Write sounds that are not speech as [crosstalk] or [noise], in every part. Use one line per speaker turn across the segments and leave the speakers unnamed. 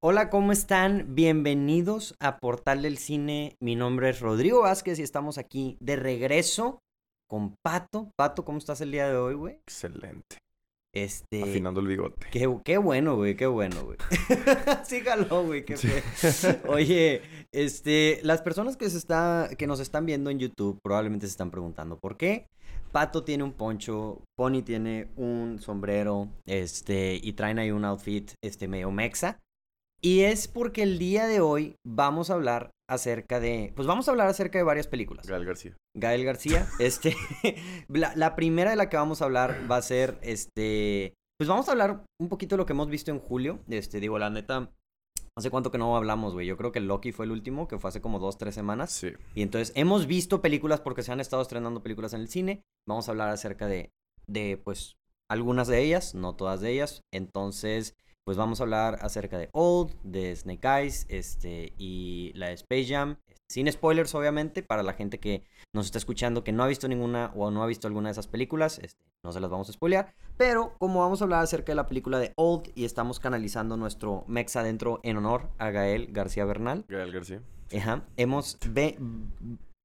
Hola, ¿cómo están? Bienvenidos a Portal del Cine. Mi nombre es Rodrigo Vázquez y estamos aquí de regreso con Pato. Pato, ¿cómo estás el día de hoy, güey?
Excelente.
Este.
Afinando el bigote.
Qué, qué bueno, güey, qué bueno, güey. [laughs] sí, jaló, güey, qué fe. Oye, este, las personas que, se está, que nos están viendo en YouTube probablemente se están preguntando por qué. Pato tiene un poncho, Pony tiene un sombrero, este, y traen ahí un outfit, este, medio mexa. Y es porque el día de hoy vamos a hablar acerca de, pues vamos a hablar acerca de varias películas.
Gael García.
Gael García, este, [laughs] la, la primera de la que vamos a hablar va a ser, este, pues vamos a hablar un poquito de lo que hemos visto en julio. Este, digo, la neta, no sé cuánto que no hablamos, güey. Yo creo que Loki fue el último, que fue hace como dos, tres semanas.
Sí.
Y entonces hemos visto películas porque se han estado estrenando películas en el cine. Vamos a hablar acerca de, de pues, algunas de ellas, no todas de ellas. Entonces, pues vamos a hablar acerca de Old, de Snake Eyes, este, y la de Space Jam. Sin spoilers, obviamente, para la gente que nos está escuchando que no ha visto ninguna o no ha visto alguna de esas películas, este, no se las vamos a spoilear. Pero como vamos a hablar acerca de la película de Old y estamos canalizando nuestro Mexa adentro en honor a Gael García Bernal,
Gael García.
Ajá. Hemos ve,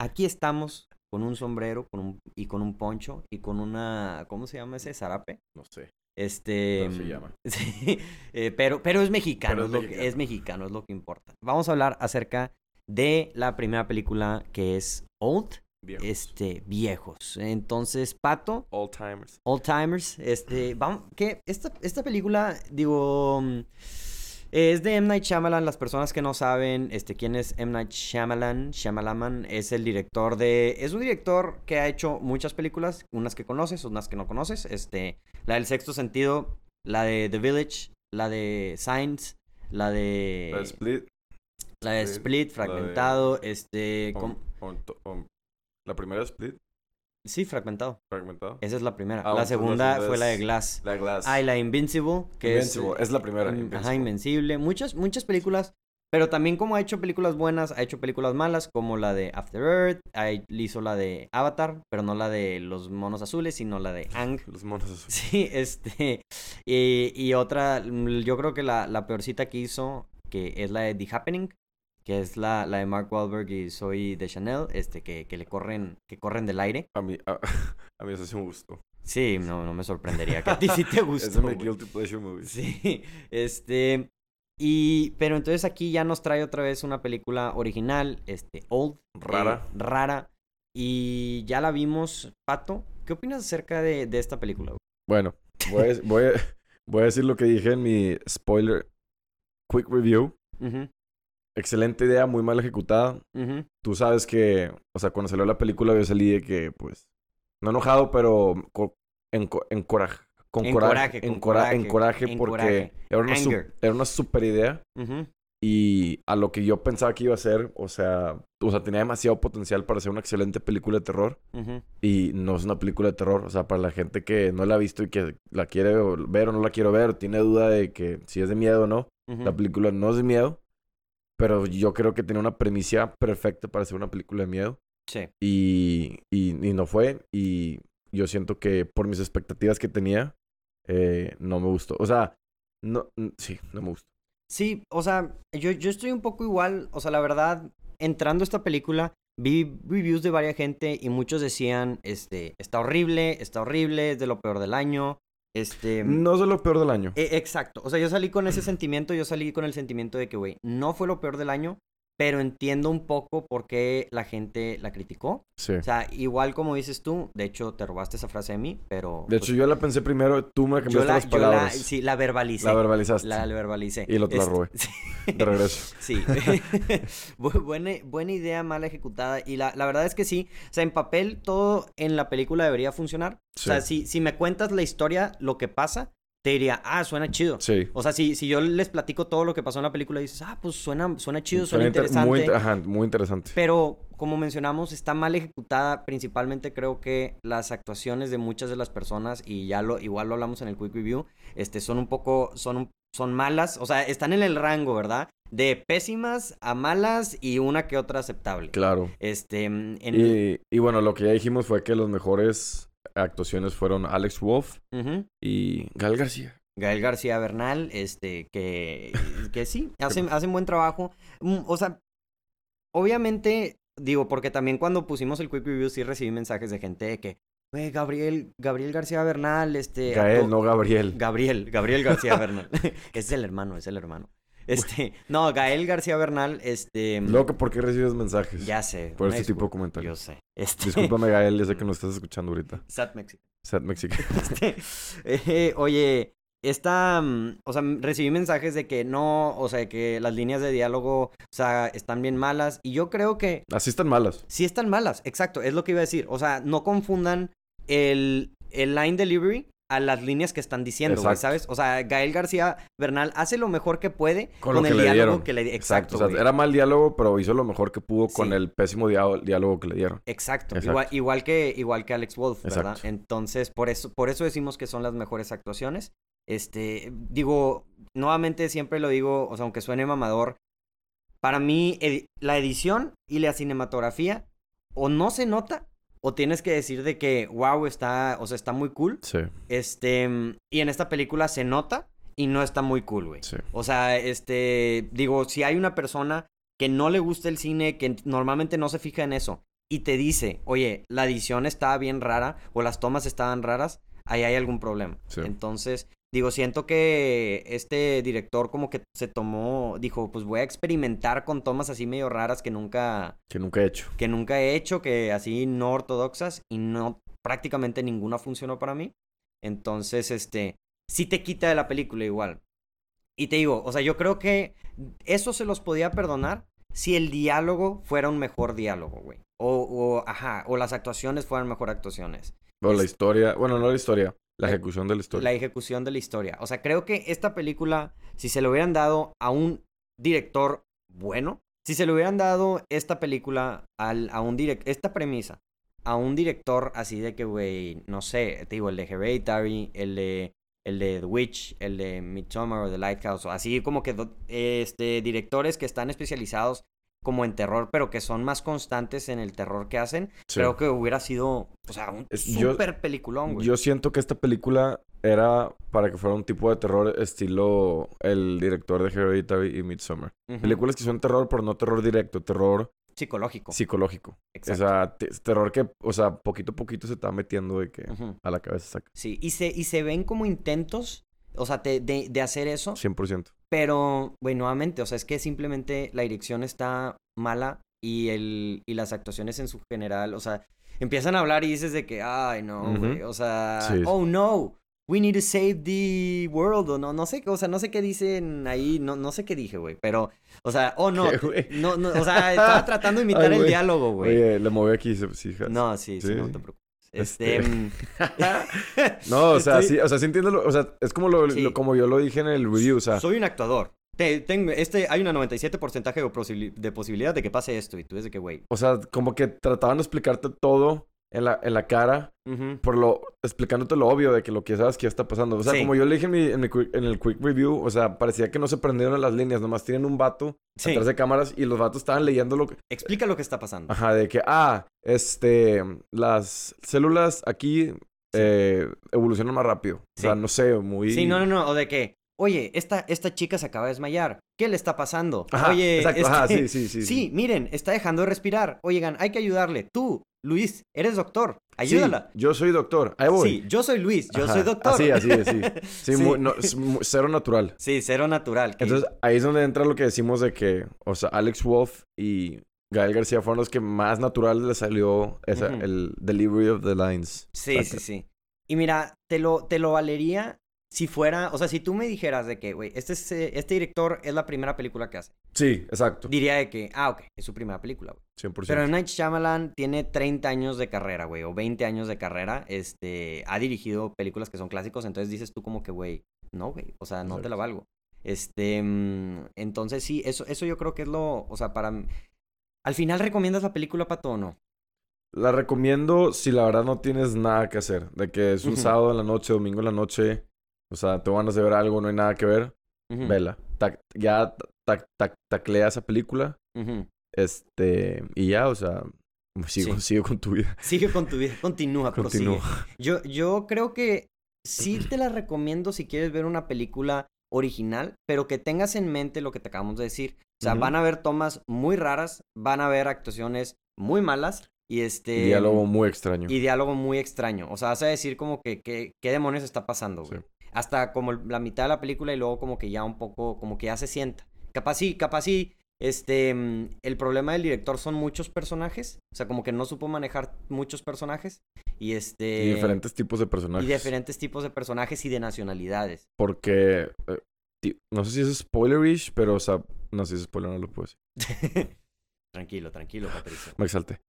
aquí estamos con un sombrero, con un y con un poncho y con una ¿cómo se llama ese zarape?
No sé.
Este
Pero se llama.
[laughs] sí, eh, pero pero es mexicano,
Pero
es,
es
lo que
mexicano.
es mexicano, es lo que importa. Vamos a hablar acerca de la primera película que es Old,
Viejo.
este viejos. Entonces, Pato,
All timers.
Old Timers, este, vamos, que esta, esta película, digo, mm, es de M. Night Shyamalan, las personas que no saben, este, quién es M. Night Shyamalan, Shyamalan es el director de, es un director que ha hecho muchas películas, unas que conoces, unas que no conoces, este, la del Sexto Sentido, la de The Village, la de Signs, la de,
La de Split.
la de
Split,
Split,
la de-
Fragmentado, este,
on-
com-
on to- on- la primera de Split,
sí, Fragmentado,
fragmentado.
esa es la primera,
Ah,
la
entonces la
segunda
segunda
fue la de
es-
Glass.
La Glass.
Ah, y la Invincible, que
Invincible.
es...
Es la primera.
Mm,
Invincible.
Ajá, Invencible. Muchas, muchas películas. Pero también como ha hecho películas buenas, ha hecho películas malas, como la de After Earth, ha- hizo la de Avatar, pero no la de los monos azules, sino la de Ang. [laughs]
Los monos azules.
Sí, este. Y, y otra, mm, yo creo que la, la peorcita que hizo, que es la de The Happening, que es la, la de Mark Wahlberg y Zoe de Chanel, este, que, que le corren, que corren del aire.
A mí, a, [laughs] a mí eso sí me gustó.
Sí, no, no me sorprendería que a ti sí te gustó.
[laughs] es de mis
güey.
guilty pleasure movies.
Sí, [laughs] este. Y. Pero entonces aquí ya nos trae otra vez una película original, este, old. eh,
Rara.
rara. Y ya la vimos, Pato. ¿Qué opinas acerca de, de esta película? güey?
Bueno, voy a, voy, a- voy a decir lo que dije en mi spoiler quick review.
Ujú,
Excelente idea, muy mal ejecutada.
ujú.
tú sabes que, o sea, cuando salió la película yo salí de que, pues, no enojado, pero co- enco- encora- con
En
coraje,
coraje, con
encora-
coraje,
en coraje,
en
porque
coraje.
Era, una su-
Anger.
era una super idea
Ujú.
y a lo que yo pensaba que iba a ser, o sea, o sea, tenía demasiado potencial para ser una excelente película de terror
Ujú.
y no es una película de terror, o sea, para la gente que no la ha visto y que la quiere o- ver o no la quiere ver, o tiene duda de que si es de miedo o no,
Ujú.
la película no es de miedo, pero yo creo que tenía una premisa perfecta para ser una película de miedo.
Sí.
Y, y- y no fue. Y yo siento que por mis expectativas que tenía, eh, no me gustó. O sea, no, n- sí, no me gustó.
Sí, o sea, yo, yo estoy un poco igual, o sea, la verdad, entrando a esta película, vi reviews de varias gente y muchos decían, este, está horrible, está horrible, es de lo peor del año, este...
No es de lo peor del año.
Eh, exacto. O sea, yo salí con ese sentimiento, yo salí con el sentimiento de que, güey, no fue lo peor del año, pero entiendo un poco por qué la gente la criticó.
Sí.
O sea, igual como dices tú, de hecho, te robaste esa frase de mí, pero...
De
pues,
hecho, yo la pensé primero, tú me
yo
cambiaste
la,
las
yo la-
palabras.
sí, la verbalicé.
La
La,
verbalizaste.
verbalicé.
Y lo- la
Este-
robé.
[laughs] sí.
De regreso.
Sí. [laughs] Bu- buena, buena idea, mala ejecutada. Y la, la verdad es que sí. O sea, en papel todo en la película debería funcionar.
Sí.
O sea, si, si me cuentas la historia, lo que pasa, te diría, ah, suena chido.
Sí.
O sea, si, si yo les platico todo lo que pasó en la película, dices, ah, pues suena, suena chido, suena,
Suena inter-
interesante.
Muy, inter- ah, ajá, muy interesante.
Pero, como mencionamos, está mal ejecutada. Principalmente creo que las actuaciones de muchas de las personas, y ya lo, igual lo hablamos en el quick review, este, son un poco, son, un- son malas. O sea, están en el rango, ¿verdad? De pésimas a malas y una que otra aceptable.
Claro.
Este, mm, en el-
Y, y bueno, lo que ya dijimos fue que las mejores actuaciones fueron Alex Wolf
Ujú.
y Gal García. [laughs]
Gael García Bernal, este, que que sí, hacen, hacen buen trabajo. Mm, O sea, obviamente, digo, porque también cuando pusimos el Quick Review sí recibí mensajes de gente de que, güey, Gabriel, Gabriel García Bernal, este...
Gael,
actu-
no Gabriel.
Gabriel, Gabriel García
[laughs]
Bernal. [laughs] es el hermano, es el hermano. Este, no, Gael García Bernal, este...
Luego que por qué recibes mensajes.
Ya sé.
Por
una
este
disculpa,
tipo de
Yo
comentarios.
sé. Este,
Discúlpame, Gael, ya sé que nos estás escuchando ahorita.
[laughs] Sat Mexico.
Sad Mexican. [laughs]
Este, [laughs] eh, oye, esta, mm, o sea, m- recibí mensajes de que no, o sea, que las líneas de diálogo, o sea, están bien malas. Y yo creo que
Así están malas.
sí están malas, exacto, es lo que iba a decir. O sea, no confundan el, el line delivery a las líneas que están diciendo, güey,
Exacto.
¿sabes? O sea, Gael García Bernal hace lo mejor que puede
Con
con,
lo que
el
le
diálogo
dieron.
que le
Exacto.
Exacto,
o sea,
güey.
era mal diálogo, pero hizo lo mejor que pudo con
Sí.
el pésimo dia- diálogo que le dieron.
Exacto,
Exacto.
Igual, igual que, igual que Alex Wolf, ¿verdad?
Exacto.
Entonces, por eso, por eso decimos que son las mejores actuaciones. Este, digo, nuevamente siempre lo digo, o sea, aunque suene mamador, para mí edi- la edición y la cinematografía o no se nota o tienes que decir de que, wow, está, o sea, está muy cool.
Sí,
Este, mm, y en esta película se nota y no está muy cool, güey.
sí.
O sea, este, digo, si hay una persona que no le gusta el cine, que normalmente no se fija en eso, y te dice, oye, la edición estaba bien rara o las tomas estaban raras, ahí hay algún problema.
Sí.
Entonces, digo, siento que este director como que se tomó, dijo, pues voy a experimentar con tomas así medio raras que nunca,
Que nunca he hecho.
que nunca he hecho, que así no ortodoxas y no prácticamente ninguna funcionó para mí. Entonces, este, sí te quita de la película igual. Y te digo, o sea, yo creo que eso se los podía perdonar si el diálogo fuera un mejor diálogo, güey. O, o, ajá, o las actuaciones fueran mejor actuaciones.
O la
Es-
historia. Bueno, no la historia. La ejecución de la
La
historia.
ejecución de la historia. O sea, creo que esta película, si se lo hubieran dado a un director bueno, si se le hubieran dado esta película al, a un direct, esta premisa, a un director así de que, güey, no sé, te digo, el de Hereditary, el de, el de The Witch, el de Midsommar o The Lighthouse, o así como que do- este, directores que están especializados como en terror, pero que son más constantes en el terror que hacen,
Sí.
creo que hubiera sido, o sea, un
Es- yo-
super peliculón, güey.
Yo siento que esta película era para que fuera un tipo de terror estilo el director de Hereditary y Midsommar.
Ujú.
Películas que son terror, pero no terror directo, terror
psicológico.
psicológico.
Exacto.
O sea, te- terror que, o sea, poquito a poquito se está metiendo de que
Ujú.
a la cabeza saca.
Sí, y se, y se ven como intentos, o sea, te- de, de hacer eso,
100%.
pero, güey, nuevamente, o sea, es que simplemente la dirección está mala y, el, y las actuaciones en su general, o sea, empiezan a hablar y dices de que, ay, no,
Ujú.
güey, o sea,
Sí, sí.
oh, no, we need to save the world, o no, no sé, o sea, no sé qué dicen ahí, no, no sé qué dije, güey, pero, o sea, oh, no,
¿Qué, [laughs] güey?
[laughs] no, no, o sea, estaba tratando de imitar
Ay,
el
güey.
diálogo, güey.
Oye, le moví aquí, se- sí, ja-
No, sí, sí,
Sí,
no
sí.
te preocupes.
Este-
Este, mm,
No, o sea,
Estoy-
sí, o sea, sí entiendo, lo- o sea, es como lo,
Sí.
lo- como yo lo dije en el review, o sea,
soy un actuador. Te- tengo- este, hay una 97% de, posibili- de posibilidad de que pase esto. Y tú es de que, güey.
o sea, como que trataban de explicarte todo en la, en la cara,
ujú,
por lo, explicándote lo obvio de que lo que sabes que ya está pasando. O sea,
Sí.
como yo le dije en, mi- en mi quick- en el quick review, o sea, parecía que no se prendieron las líneas, nomás tienen un vato
Sí.
detrás de cámaras y los vatos estaban leyendo lo que,
Explica lo que está pasando.
ajá, de que, ah, este, las células aquí eh, evolucionan más rápido. O sea,
Sí.
no sé, muy...
Sí, no, no, no. O de que, oye, esta, esta chica se acaba de desmayar. ¿Qué le está pasando?
Ajá,
oye,
exacto, ajá,
este-
sí, sí, sí,
[laughs]
sí.
Sí, miren, está dejando de respirar. Oigan, hay que ayudarle. Tú, Luis, eres doctor.
Sí,
Ayúdala.
yo soy doctor, ahí voy.
Sí, yo soy Luis, yo
Ajá,
soy doctor.
Así, así, [laughs] así. Sí,
Sí.
muy- no, es mu- cero natural.
Sí, cero natural. que-
Entonces, ahí es donde entra lo que decimos de que, o sea, Alex Wolf y Gael García fueron los que más natural le salió esa-
Ujú.
el delivery of the lines.
Sí, sí, sí. Y mira, te lo, te lo valería si fuera, o sea, si tú me dijeras de que, güey, este, es, eh, este director es la primera película que hace,
Sí, exacto.
diría de que, ah, ok, es su primera película, güey.
100%.
Pero Night Shyamalan tiene 30 años de carrera, güey, o 20 años de carrera, este, ha dirigido películas que son clásicos, entonces dices tú como que, güey, no, güey, o sea, no te la
Exacto.
valgo. Este, mm, entonces sí, eso, eso yo creo que es lo, o sea, para... m- Al final recomiendas la película, Pato, o no?
La recomiendo si la verdad no tienes nada que hacer. De que es un
Ujú.
sábado en la noche, domingo en la noche. O sea, te van a ver algo, no hay nada que ver.
Ujú,
Vela. Tac- ya tac- tac- taclea esa película.
ujú.
Este, y ya, o sea, pues, [laughs] sigo,
Sí.
sigue con tu vida.
Sigue con tu vida, continúa,
Continúa.
prosigue. Yo, yo creo que sí te la recomiendo si quieres ver una película original, pero que tengas en mente lo que te acabamos de decir. O sea,
Ujú.
van a haber tomas muy raras, van a haber actuaciones muy malas y este...
Diálogo muy extraño.
Y diálogo muy extraño. O sea, vas a decir como que, que- qué demonios está pasando, güey.
Sí.
Hasta como el- la mitad de la película y luego como que ya un poco, como que ya se sienta. Capaz sí, capaz sí. Este, mm, el problema del director son muchos personajes. O sea, como que no supo manejar muchos personajes. Y este...
Y diferentes tipos de personajes.
Y diferentes tipos de personajes y de nacionalidades. [laughs]
Porque. eh, ti- no sé si es spoilerish, pero, o sea, no sé si es spoiler, no lo puedo decir.
Tranquilo, tranquilo,
[laughs]
Patricio.
Me exalté.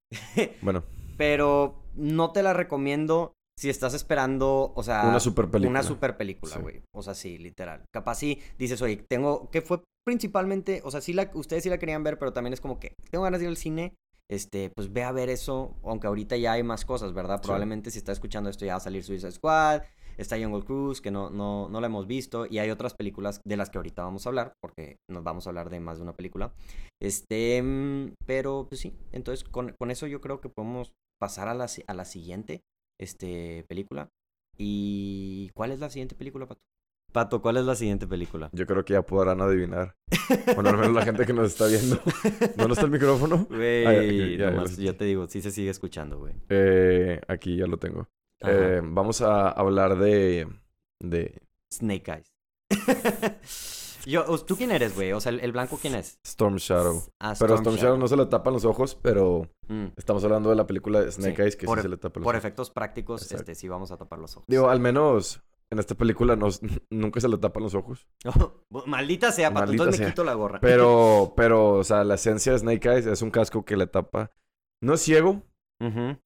Bueno,
Pero no te la recomiendo si estás esperando, o sea...
una super película.
Ah, Una super película,
Sí.
güey. O sea, sí, literal. Capaz sí dices, oye, tengo. que fue principalmente. O sea, sí la, ustedes sí la querían ver, pero también es como que tengo ganas de ir al cine. Este, pues ve a ver eso. Aunque ahorita ya hay más cosas, ¿verdad? Probablemente si está escuchando esto ya va a salir Suicide Squad. Está Jungle Cruise, que no, no, no la hemos visto. Y hay otras películas de las que ahorita vamos a hablar, porque nos vamos a hablar de más de una película. Este, mm, pero pues sí. Entonces, con, con eso yo creo que podemos pasar a la, si- a la siguiente este, película. ¿Y cuál es la siguiente película, Pato? Pato, ¿cuál es la siguiente película?
Yo creo que ya podrán adivinar. Bueno, al menos la gente que nos [laughs] está viendo. ¿Dónde está el micrófono?
[laughs] Güey,
Ah, ya, ya, ya,
nomás
ya.
yo te digo, sí se sigue escuchando, güey.
Eh, aquí ya lo tengo.
Ajá.
Eh, vamos a hablar de. de
Snake Eyes. [laughs] yo, os- ¿Tú quién eres, güey? O sea, ¿el, el blanco quién es?
Storm Shadow.
Ah,
Pero Storm Shadow no se le tapan los ojos, pero
Mm,
estamos hablando de la película de Snake
Sí,
Eyes que
por-
sí se le tapan los
Por
ojos.
efectos prácticos,
Exacto.
este, sí vamos a tapar los ojos. [laughs]
Digo, al menos en esta película nos- [laughs] nunca se le tapan los ojos.
Oh, Maldita sea, Pato,
Maldita
entonces
sea.
me quito la gorra.
Pero, pero, o sea, la esencia de Snake Eyes es un casco que le tapa. No es ciego,
[laughs] Ujú.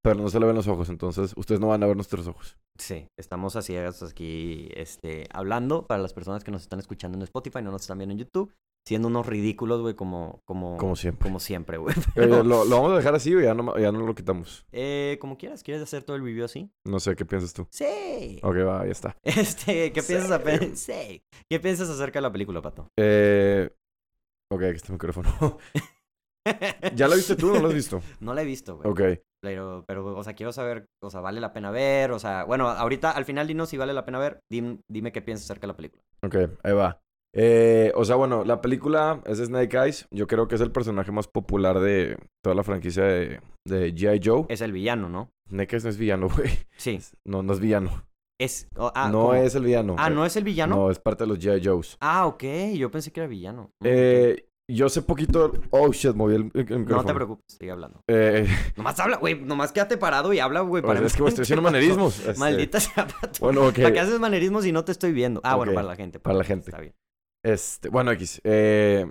pero no se le ven los ojos. Entonces, ustedes no van a ver nuestros ojos.
Sí, estamos a ciegas aquí este, hablando para las personas que nos están escuchando en Spotify, no nos están viendo en YouTube, siendo unos ridículos, güey, como, como,
Como
[laughs]
siempre.
como siempre, güey.
Eh,
Pero,
lo, lo vamos a dejar así o ya no, ya no lo quitamos.
eh, como quieras, ¿quieres hacer todo el review así?
No sé, ¿qué piensas tú?
Sí.
Ok, va, ya está.
[laughs] Este, ¿qué
Sí.
piensas, ape- sí. ¿Qué piensas acerca de la película, Pato?
Eh, ok, aquí está el micrófono. [laughs] ¿Ya lo viste tú o no lo
[laughs]
has visto?
No la he visto, güey.
Ok.
Pero, pero, o sea, quiero saber, o sea, ¿vale la pena ver? O sea, bueno, ahorita al final dinos si vale la pena ver. Dim- dime qué piensas acerca de la película.
Ok, ahí va. Eh, o sea, bueno, la película es de Snake Eyes. Yo creo que es el personaje más popular de toda la franquicia de, de G.I. Joe.
Es el villano, ¿no?
Snake Eyes no es villano, [laughs] güey.
Sí.
No, no es villano.
Es. oh, ah,
no
¿cómo?
es el villano.
Ah, ¿no es el
Eh,
villano?
No, es parte de los G.I. Joes.
Ah, ok. Yo pensé que era villano. Mm, ok.
Eh, yo sé poquito... Oh, shit, moví el, el micrófono.
no te preocupes, sigue hablando.
Eh,
Nomás habla, güey. Nomás quédate parado y habla, güey. [laughs] para
es que me
[laughs]
estoy haciendo
entender.
manerismos. este,
Maldita sea, Pato.
Bueno, ok.
¿Para qué haces manerismos si no te estoy viendo? Ah, bueno,
Ok,
para la gente.
para la gente.
Está bien.
Este, bueno, X. eh,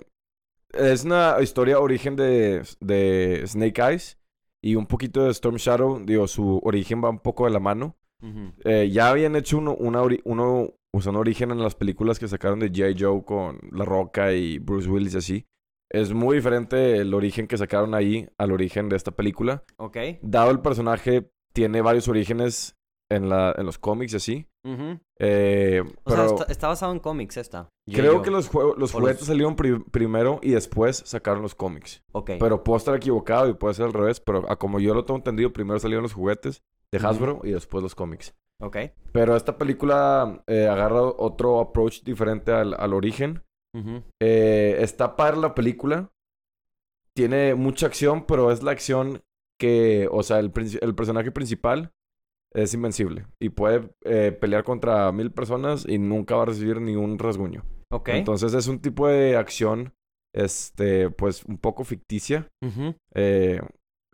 es una historia origen de, de Snake Eyes y un poquito de Storm Shadow. Digo, su origen va un poco de la mano.
Ujú.
Eh, ya habían hecho uno, una ori- uno, o sea, un origen en las películas que sacaron de G.I. Joe con La Roca y Bruce Willis y así. Es muy diferente el origen que sacaron ahí al origen de esta película.
Ok.
Dado el personaje, tiene varios orígenes en, la, en los cómics y así.
Ujú.
Eh,
O sea,
pero-
está, está basado en cómics esta. Yo-
Creo
yo.
que los, juego- los
O los-
juguetes salieron pri- primero y después sacaron los cómics.
Ok.
Pero puedo estar equivocado y puede ser al revés, pero a como yo lo tengo entendido, primero salieron los juguetes de
Ujú.
Hasbro y después los cómics.
Ok.
Pero esta película eh, agarra otro approach diferente al, al origen.
Ujú.
Eh, está padre la película. Tiene mucha acción, pero es la acción que, o sea, el, princi- el personaje principal es invencible y puede eh, pelear contra mil personas y nunca va a recibir ni un rasguño.
Ok.
Entonces es un tipo de acción, este, pues un poco ficticia.
Ujú.
eh,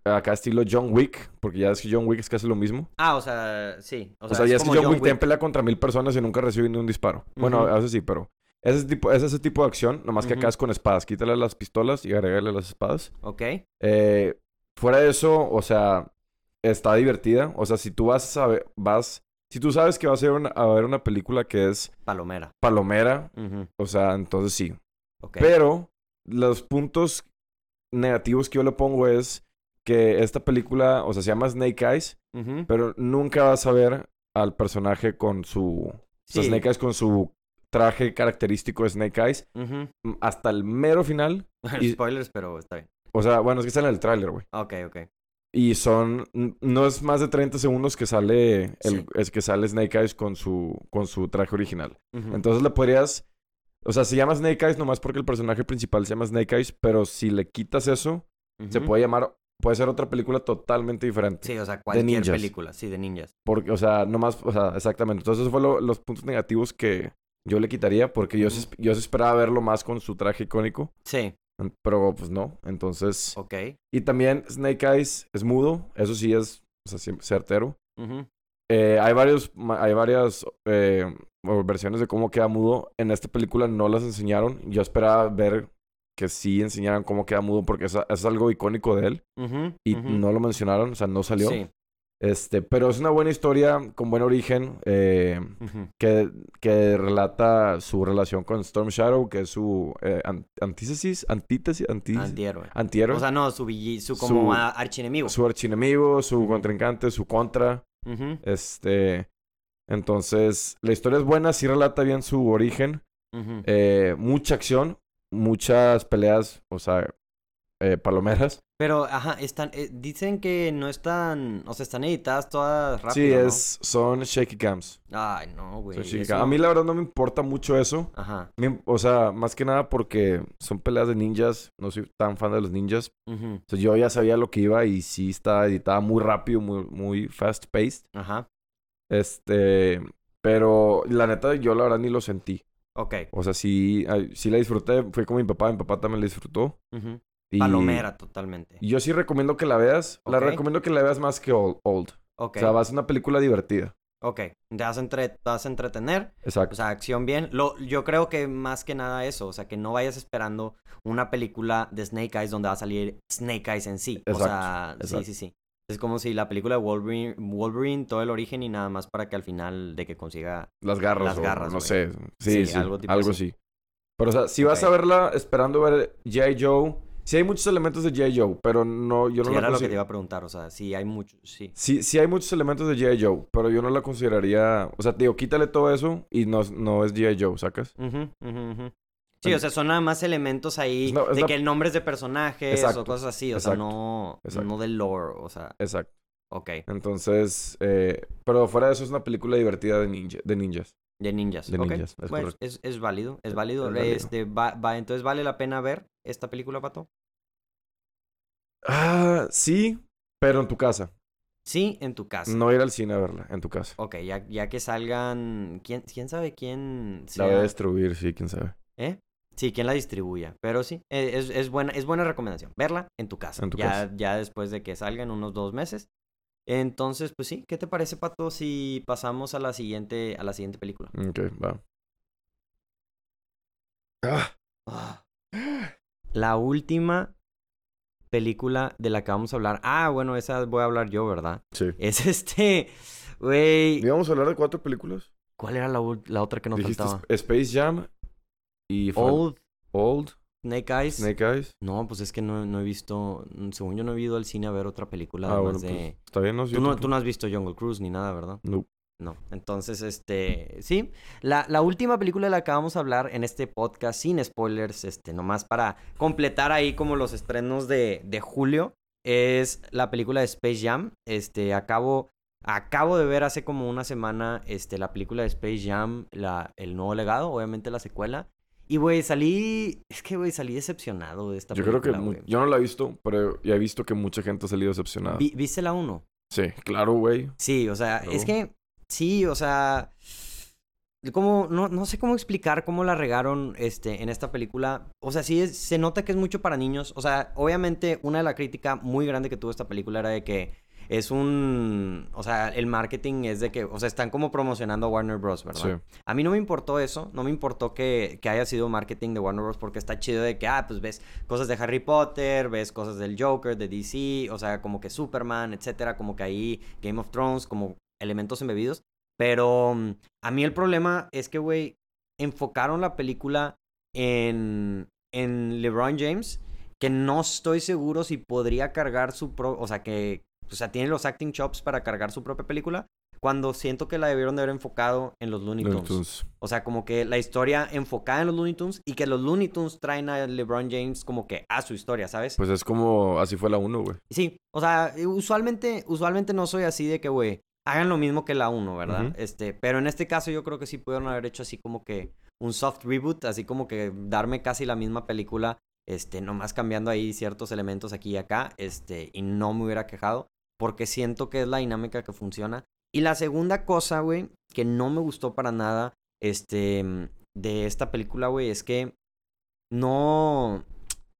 acá estilo John Wick, porque ya es que John Wick es casi lo mismo.
Ah, o sea, sí. O
O
sea,
sea, ya es que
como
John,
John
Wick, también pelea contra mil personas y nunca recibe ni un disparo. Bueno,
Ujú.
a veces sí, pero es ese tipo, es ese tipo de acción, nomás que
Ujú.
acá es con espadas. Quítale las pistolas y agrégale las espadas.
Ok.
Eh, fuera de eso, o sea, está divertida. O sea, si tú vas a saber, vas, si tú sabes que vas a ir a una- a ver una película que es
Palomera.
palomera,
Ujú.
o sea, entonces sí,
Ok.
pero los puntos negativos que yo le pongo es que esta película, o sea, se llama Snake Eyes,
Ujú.
pero nunca vas a ver al personaje con su... O sea,
Sí.
Snake Eyes con su traje característico de Snake Eyes
Ujú.
mm, hasta el mero final. Y-
[laughs] Spoilers, pero está bien.
O sea, bueno, es que está en el tráiler, güey.
Ok, ok.
Y son. n- No es más de 30 segundos que sale. El,
Sí.
Es que sale Snake Eyes con su, con su traje original.
Ujú.
Entonces le podrías. O sea, se llama Snake Eyes nomás porque el personaje principal se llama Snake Eyes, pero si le quitas eso, se
Ujú.
puede llamar. Puede ser otra película totalmente diferente.
Sí, o sea, cualquier
ninjas.
película, sí, de ninjas.
Porque, o sea, nomás, o sea, exactamente. Entonces, esos fueron los puntos negativos que yo le quitaría, porque yo, sí
Ujú.
esp- yo sí esperaba verlo más con su traje icónico,
Sí,
en- pero pues no. Entonces,
ok.
y también Snake Eyes es mudo, eso sí es, o sea, sí- certero.
ujú,
Eh, hay varios, ma- hay varias eh, o versiones de cómo queda mudo. En esta película no las enseñaron. Yo esperaba ver que sí enseñaran cómo queda mudo, porque esa- es, algo icónico de él,
ujú,
y
ujú.
no lo mencionaron, o sea, no salió.
Sí.
Este, pero es una buena historia con buen origen eh,
ujú,
que, que relata su relación con Storm Shadow, que es su eh, an- antítesis, antítesis, antítesis,
Antihéroe.
antihéroe,
O sea, no, su, villi- su
Su-
como a- archienemigo.
su archienemigo, su contrincante, su contra,
Ujú,
este, entonces la historia es buena, sí relata bien su origen,
ujú.
eh, mucha acción, muchas peleas, o sea, eh, palomeras,
Pero, ajá, están, eh, dicen que no están, o sea, están editadas todas rápido,
sí
¿no?
es, son shaky cams,
Ay, no, güey.
son shaky
eso-
cams. a mí la verdad no me importa mucho eso,
Ajá.
Me- O sea, más que nada porque son peleas de ninjas. No soy tan fan de los ninjas.
ujú,
O sea, yo ya sabía lo que iba y sí estaba editada muy rápido, muy, muy fast paced.
Ajá.
Este. Pero la neta, yo la verdad ni lo sentí.
Ok.
O sea, sí, ay, sí la disfruté. Fui con mi papá, mi papá también la disfrutó.
ujú.
Y,
Palomera totalmente.
y yo sí recomiendo que la veas. La
Ok.
recomiendo que la veas más que Old. Old.
Ok.
O sea, va a ser una película divertida.
Ok. Te vas a, entre- te vas a entretener. O
Exacto.
sea, acción bien. Lo, yo creo que más que nada eso. O sea, que no vayas esperando una película de Snake Eyes donde va a salir Snake Eyes en sí. o
Exacto,
sea,
exacto.
sí, sí, sí. Es como si la película de Wolverine, Wolverine, todo el origen y nada más para que al final de que consiga.
Las garras.
Las
o
garras,
No
güey.
sé.
Sí,
Sí, sí,
algo
algo,
tipo así.
así. Pero, o sea, si vas a
Ok.
verla esperando ver G.I. Joe, sí hay muchos elementos de G.I. Joe, pero no, yo no
Sí, era
la
lo que te
considero-
iba a preguntar. O sea, sí, hay mucho. Sí.
Sí, sí hay muchos elementos de G.I. Joe, pero yo no la consideraría... O sea, te digo, quítale todo eso y no, es- no es G.I. Joe, ¿sacas?
Ujú, ujú, ujú. Sí, o sea, son nada más elementos ahí
Es una- es
de
una-
que el nombre es de personajes o
Exacto,
cosas así. O sea,
exacto,
no,
exacto.
no del lore. O sea,
Exacto.
ok.
Entonces, eh, pero fuera de eso es una película divertida de, ninja, de ninjas.
De ninjas.
De
ok.
ninjas, es
Bueno,
correcto.
es, es válido, es válido.
es válido.
Este, va, va- entonces, ¿vale la pena ver esta película, Pato?
Ah, sí, pero en tu casa.
Sí, en tu casa.
No ir al cine a verla, en tu casa.
Ok, ya, ya que salgan... ¿Quién, quién sabe quién
La voy a
sea-
destruir, sí, quién sabe.
¿Eh? Sí, quién la distribuya. Pero sí, eh, es, es buena, es buena recomendación. Verla en tu casa.
En tu
ya,
casa.
ya después de que salgan unos dos meses. Entonces, pues sí, ¿qué te parece, Pato, si pasamos a la siguiente, a la siguiente película?
Ok, va. Ah.
Ah. La última película de la que vamos a hablar. Ah, bueno, esa voy a hablar yo, ¿verdad?
Sí.
Es este. Güey.
Íbamos a hablar de cuatro películas.
¿Cuál era la, ul- la otra que nos
Dijiste
faltaba?
Sp- Space Jam y fal-
Old
Old,
Snake Eyes.
Snake Eyes.
No, pues es que no, no he visto. Según yo, no he ido al cine a ver otra película.
Ah, bueno,
además
pues
de.
está bien, ¿no? Yo
Tú no,
tampoco-
tú no has visto Jungle Cruise ni nada, ¿verdad?
No.
No. Entonces, este, sí, la, la última película de la que vamos a hablar en este podcast sin spoilers, este, nomás para completar ahí como los estrenos de, de julio, es la película de Space Jam. Este, acabo, acabo de ver hace como una semana, este, la película de Space Jam, la, el nuevo legado, obviamente la secuela. Y, güey, salí, es que, güey, salí decepcionado de esta
Yo creo
película,
que... mu-
güey.
Yo no la he visto, pero ya he visto que mucha gente ha salido decepcionada.
Vi- ¿Viste la 1?
Sí, claro, güey.
Sí, o sea, es
Luego.
que sí, o sea, como no, no sé cómo explicar cómo la regaron este en esta película. O sea, sí es- se nota que es mucho para niños, o sea, obviamente una de la crítica muy grande que tuvo esta película era de que es un, o sea, el marketing es de que, o sea, están como promocionando a Warner Bros, ¿verdad?
Sí.
A mí no me importó eso, no me importó que, que haya sido marketing de Warner Bros. porque está chido de que, ah, pues ves cosas de Harry Potter, ves cosas del Joker, de DC, o sea, como que Superman, etcétera, como que ahí Game of Thrones, como elementos embebidos. Pero mm, a mí el problema es que, güey, enfocaron la película en, en LeBron James, que no estoy seguro si podría cargar su pro, o sea, que, o sea, tiene los acting chops para cargar su propia película. Cuando siento que la debieron de haber enfocado en los Looney Tunes. O sea, como que la historia enfocada en los Looney Tunes y que los Looney Tunes traen a LeBron James como que a su historia, ¿sabes?
Pues es como, así fue la 1, güey.
Sí, o sea, usualmente, usualmente no soy así de que, güey, hagan lo mismo que la 1, ¿verdad?
Ujú.
Este, pero en este caso yo creo que sí pudieron haber hecho así como que un soft reboot, así como que darme casi la misma película, este, nomás cambiando ahí ciertos elementos aquí y acá, este, y no me hubiera quejado, porque siento que es la dinámica que funciona. Y la segunda cosa, güey, que no me gustó para nada, este, de esta película, güey, es que no,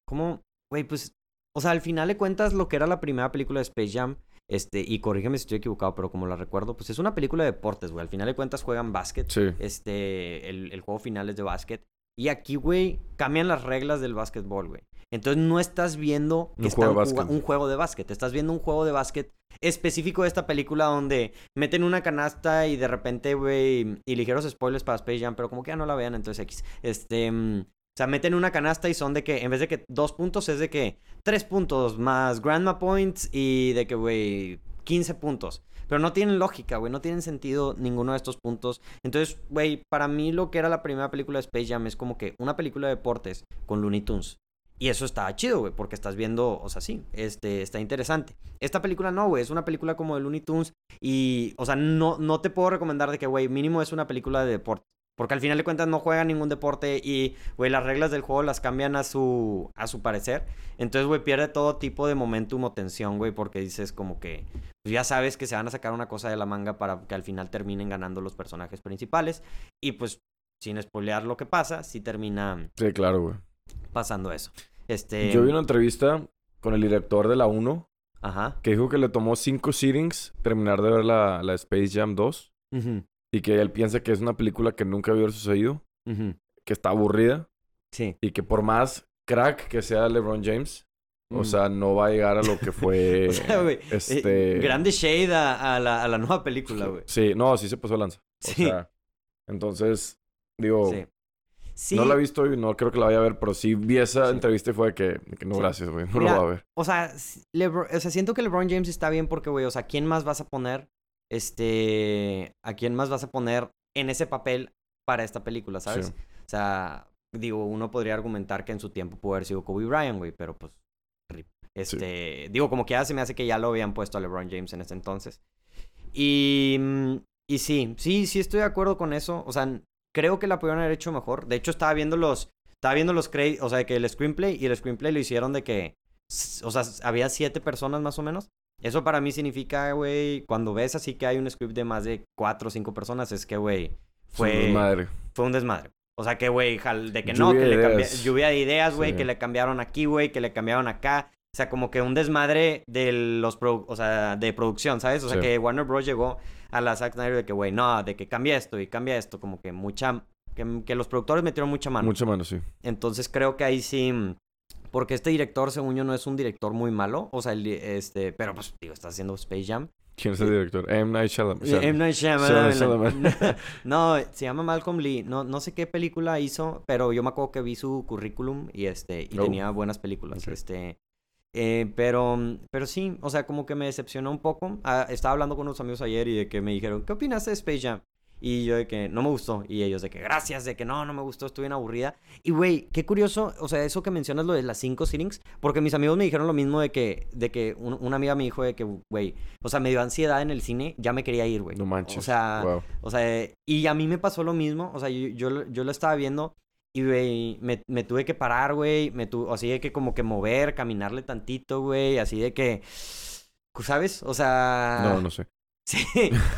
¿cómo? Güey, pues, o sea, al final le cuentas lo que era la primera película de Space Jam, este, y corrígeme si estoy equivocado, pero como la recuerdo, pues es una película de deportes, güey. Al final de cuentas juegan básquet.
Sí.
Este, el, el juego final es de básquet. Y aquí, güey, cambian las reglas del básquetbol, güey. Entonces no estás viendo que
Un juego de
están juga-
básquet.
un juego de básquet. Estás viendo un juego de básquet específico de esta película donde meten una canasta y de repente, güey, y ligeros spoilers para Space Jam, pero como que ya no la vean, entonces X. Este, mm, o sea, meten una canasta y son de que, en vez de que dos puntos, es de que tres puntos más Grandma Points y de que, güey, 15 puntos. Pero no tienen lógica, güey, no tienen sentido ninguno de estos puntos. Entonces, güey, para mí lo que era la primera película de Space Jam es como que una película de deportes con Looney Tunes. Y eso está chido, güey, porque estás viendo, o sea, sí, este, está interesante. Esta película no, güey, es una película como de Looney Tunes y, o sea, no, no te puedo recomendar de que, güey, mínimo es una película de deporte. Porque al final de cuentas no juega ningún deporte y, güey, las reglas del juego las cambian a su, a su parecer. Entonces, güey, pierde todo tipo de momentum o tensión, güey, porque dices como que pues, ya sabes que se van a sacar una cosa de la manga para que al final terminen ganando los personajes principales. Y pues, sin spoilear lo que pasa, sí termina
Sí, claro, güey.
pasando eso. Este...
Yo vi una entrevista con el director de la 1
Ajá.
que dijo que le tomó 5 sittings terminar de ver la, la Space Jam 2
Ujú,
y que él piensa que es una película que nunca había sucedido,
ujú.
que está aburrida
Sí.
y que por más crack que sea LeBron James, o
Ujú.
sea, no va a llegar a lo que fue
Mm. [laughs] O sea, güey, eh,
este
grande shade a, a la, a la nueva película, güey.
Sí, no, sí se pasó de lanza. O
Sí.
sea, entonces digo,
Sí. Sí,
no la he visto y no creo que la vaya a ver, pero sí vi esa
Sí.
entrevista y fue de que, de que no
Sí.
gracias, güey, no
Mira,
lo va a ver.
o sea, s- Lebron- o sea, siento que LeBron James está bien porque, güey, o sea, ¿quién más vas a poner, este, a quién más vas a poner en ese papel para esta película, sabes?
Sí.
O sea, digo, uno podría argumentar que en su tiempo pudo haber sido Kobe Bryant, güey, pero pues, rip. Este, digo, como que ya se me hace que ya lo habían puesto a LeBron James en ese entonces. Y, mm, y sí, sí, sí estoy de acuerdo con eso. O sea, n- creo que la pudieron haber hecho mejor. De hecho, estaba viendo los, estaba viendo los créditos, o sea, que el screenplay y el screenplay lo hicieron de que, s- o sea, s- había siete personas más o menos. Eso para mí significa, güey, cuando ves así que hay un script de más de cuatro o cinco personas, es que, güey, fue
Sí, madre.
fue un desmadre. O sea, que, güey, jal- de que no,
Lluvia
que
de
le cambiaron.
ideas.
Lluvia de ideas, güey,
Sí.
que le cambiaron aquí, güey, que le cambiaron acá. O sea, como que un desmadre de los produ- o sea, de producción, ¿sabes? O sea,
Sí.
que Warner Bros. llegó a la Zack Snyder de que, güey, no, de que cambia esto y cambia esto. Como que mucha. Que, que los productores metieron mucha mano.
Mucho menos, sí.
Entonces creo que ahí sí. mm, Porque este director, según yo, no es un director muy malo. O sea, el di- este. Pero pues, digo, está haciendo Space Jam.
¿Quién es el director? M. Night Shyamalan.
Eh, M. Night
Shyamalan,
Shyamalan. [laughs] No, se llama Malcolm Lee. No, no sé qué película hizo, pero yo me acuerdo que vi su currículum y este y
Oh.
tenía buenas películas.
Ok.
Este, eh, pero, pero sí, o sea, como que me decepcionó un poco. Ah, estaba hablando con unos amigos ayer y de que me dijeron, ¿qué opinas de Space Jam? Y yo de que no me gustó. Y ellos de que gracias, de que no, no me gustó, estuve bien aburrida. Y güey, qué curioso, o sea, eso que mencionas lo de las cinco sittings, porque mis amigos me dijeron lo mismo de que, de que un- una amiga me dijo de que, güey, o sea, me dio ansiedad en el cine, ya me quería ir, güey.
No manches.
O sea,
wow.
o sea, y a mí me pasó lo mismo. O sea, yo, yo, lo- yo lo estaba viendo y, güey, me, me tuve que parar, güey. Me tu, así de que como que mover, caminarle tantito, güey. Así de que... pues, ¿Sabes? O sea...
No, no sé.
Sí,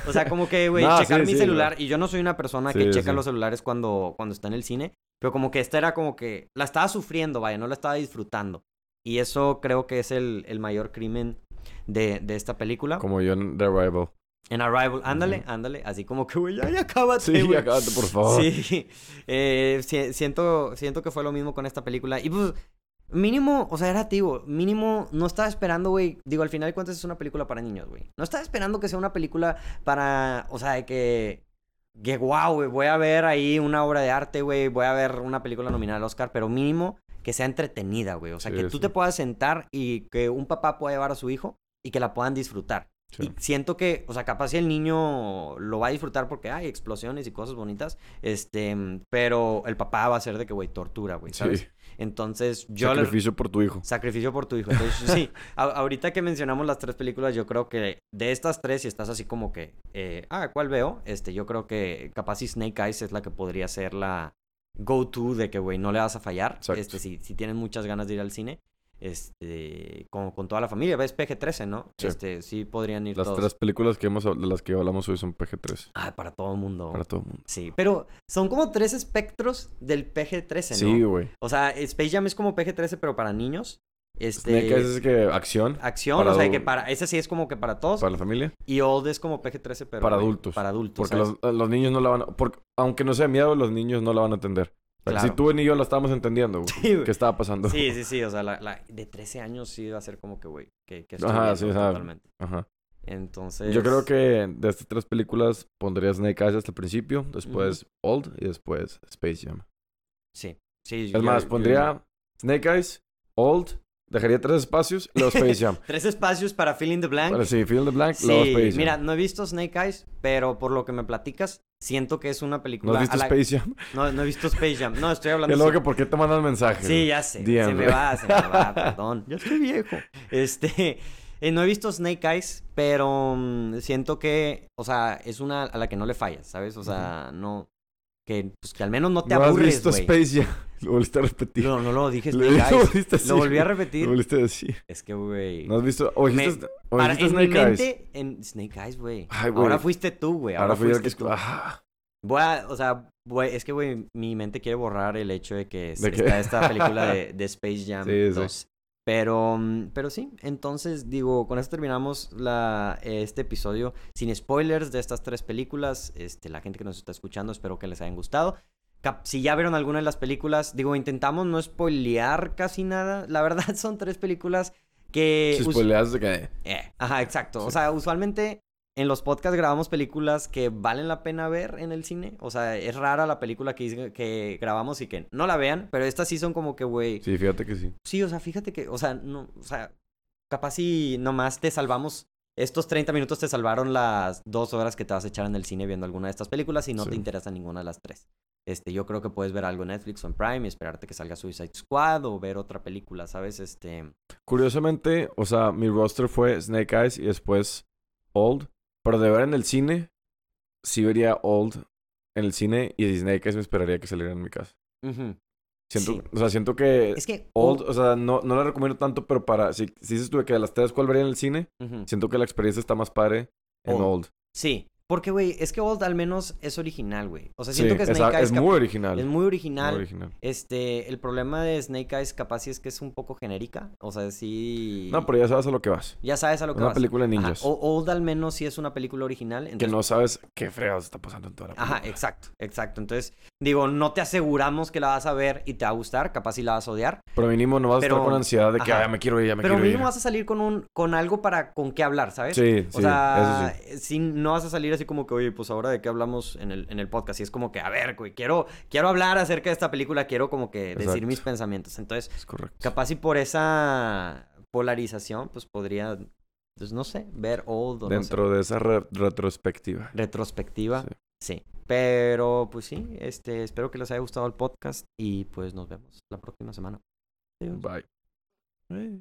o sea, como que, güey,
[laughs] No,
checar
sí,
mi
sí,
celular. Y yo no soy una persona que
Sí,
checa
sí.
los celulares cuando, cuando está en el cine. Pero como que esta era como que... La estaba sufriendo, vaya, no la estaba disfrutando. Y eso creo que es el, el mayor crimen de, de esta película.
Como yo en The Arrival.
En Arrival, ándale, ándale. Así como que, güey, ya, ya cábate,
Sí,
güey.
acábate, por favor.
Sí, [laughs] eh, si- siento, siento que fue lo mismo con esta película. Y pues, mínimo, o sea, era tío, mínimo, no estaba esperando, güey. Digo, al final de cuentas es una película para niños, güey. No estaba esperando que sea una película para, o sea, de que, que wow, güey, voy a ver ahí una obra de arte, güey, voy a ver una película nominada al Oscar, pero mínimo que sea entretenida, güey. O sea,
Sí,
que tú
sí.
te puedas sentar y que un papá pueda llevar a su hijo y que la puedan disfrutar.
Sí.
Y siento que, o sea, capaz si el niño lo va a disfrutar porque hay explosiones y cosas bonitas, este, pero el papá va a ser de que, güey, tortura, güey, ¿sabes?
Sí.
Entonces, yo le-
Sacrificio por tu hijo.
Sacrificio por
[laughs]
tu hijo. Entonces, sí, a- ahorita que mencionamos las tres películas, yo creo que de estas tres, si estás así como que, eh, ah, ¿cuál veo? Este, yo creo que capaz si Snake Eyes es la que podría ser la go-to de que, güey, no le vas a fallar.
Exacto.
Este, si, si tienes muchas ganas de ir al cine, este, con, con toda la familia, ves PG-13, ¿no?
Sí.
Este, sí podrían ir
Las
todos.
tres películas que hemos, hab- de las que hablamos hoy son PG-3.
Ah, para todo el mundo.
Para todo el mundo.
Sí, pero son como tres espectros del PG-13, ¿no?
Sí, güey.
O sea, Space Jam es como PG-13, pero para niños. Este,
Snake Eyes es que acción
acción,
Para
o sea, que
adul-
para ese sí es como que para todos
para la familia.
y Old es como PG-13 pero
Para
güey,
adultos.
Para adultos.
Porque
¿sabes?
los, los niños no la van a... Porque, aunque no sea miedo, los niños no la van a entender. O sea, que
Claro.
Si tú ni yo la estábamos entendiendo, güey.
[laughs] Sí, güey.
¿Qué estaba pasando?
Sí, sí, sí, o sea, la, la- de 13 años sí va a ser como que güey, que, que estoy
Ajá,
viendo
sí, o sea,
totalmente.
Ajá.
Entonces
Yo creo que de estas tres películas pondría Snake Eyes hasta el principio, después Old y después Space Jam.
sí. Sí, yo-
Es más,
yo-
pondría Snake Eyes, Old, dejaría tres espacios y luego Space Jam.
tres espacios para fill in the [laughs] blank.
Para sí, Fill in the Blank, luego
Sí,
Space Jam.
mira, no he visto Snake Eyes, pero por lo que me platicas, siento que es una película.
¿No has visto
a la-
Space Jam?
No, no he visto Space Jam. No, estoy
[laughs]
hablando.
Y luego que por qué te mandan mensajes.
Sí, ya sé.
DM,
se me
güey.
va, se me va,
[laughs]
perdón. Ya estoy viejo. Este, [laughs] eh, no he visto Snake Eyes, pero mm, siento que, o sea, es una a la que no le fallas, ¿sabes? O sea, no, que, pues, que al menos no te
no has
aburres,
visto
güey.
Space Jam. [laughs] Lo volviste a repetir.
No, no lo dije
Lo
Snake
[laughs]
Eyes.
volviste a decir,
Lo volví a
güey.
repetir.
Lo volviste a decir.
Es que, güey.
¿No has visto? O
Me-
dijiste, o
Para-
dijiste
en mi
Snake Eyes.
mente, en Snake Eyes, güey.
Ay, güey.
Ahora fuiste tú, güey. Ahora,
Ahora fui yo el que
fuiste tú.
escu- Ah,
Voy a, o sea, güey, es que, güey, mi mente quiere borrar el hecho de que es-
¿De qué?
está esta película
[laughs]
de, de Space Jam
Sí, sí.
2. Pero, mm, pero sí, entonces, digo, con esto terminamos la, eh, este episodio sin spoilers de estas tres películas. Este, la gente que nos está escuchando, espero que les hayan gustado. Cap- Si ya vieron alguna de las películas, digo, intentamos no spoilear casi nada. La verdad, [laughs] son tres películas que...
si
Eh, us-
spoileas de que.
eh, Ajá, exacto. O sea, usualmente en los podcasts grabamos películas que valen la pena ver en el cine. O sea, es rara la película que, hice- que grabamos y que no la vean, pero estas sí son como que, güey. Sí.
Sí, fíjate que sí.
o sea, fíjate que, o sea, no, o sea, capaz si nomás te salvamos. Estos 30 minutos te salvaron las dos horas que te vas a echar en el cine viendo alguna de estas películas y no
Sí.
te interesa ninguna de las tres. Este, yo creo que puedes ver algo en Netflix o en Prime y esperarte que salga Suicide Squad o ver otra película, ¿sabes? Este,
Curiosamente, o sea, mi roster fue Snake Eyes y después Old. Pero de ver en el cine, sí vería Old en el cine y Snake Eyes me esperaría que saliera en mi casa.
ujú.
Siento,
Sí.
O sea, siento que
Es que...
Old, o sea, no, no la recomiendo tanto, pero para. Si, si dices tú que de las tres, ¿cuál vería en el cine?
Ujú.
Siento que la experiencia está más padre en
Old.
Old.
Sí, porque, güey, es que Old al menos es original, güey. O sea,
Sí,
siento que
es,
Snake Eyes
es
cap-
muy original.
es
muy
muy original.
original.
Este, el problema de Snake Eyes capaz sí es que es un poco genérica. O sea, sí...
No, pero ya sabes a lo que vas.
Ya sabes a lo que
Una
vas.
película de
Ajá,
ninjas.
o- Old al menos sí es una película original.
que
entonces-
no sabes qué fregados está pasando en toda la película.
Ajá, exacto, exacto. Entonces, digo, no te aseguramos que la vas a ver y te va a gustar, capaz sí la vas a odiar,
Pero mínimo no vas a
eh, Pero-
estar con ansiedad de que
ajá.
"Ah, ya me quiero ir, ya me
pero
quiero
mínimo
ir.
vas a salir con un con algo para con qué hablar, ¿sabes?
Sí,
O
sí,
sea,
eso sí.
si no vas a salir así como que, oye, pues ahora de qué hablamos en el, en el podcast. Y es como que, a ver, güey, quiero, quiero hablar acerca de esta película, quiero como que decir
Exacto.
mis pensamientos. Entonces,
Es correcto.
capaz y por esa polarización, pues podría, pues no sé, ver Old o no sé,
Dentro de esa re- retrospectiva.
retrospectiva.
Sí.
Sí. Pero, pues sí, este, espero que les haya gustado el podcast y pues nos vemos la próxima semana. Adiós.
Bye.
Eh,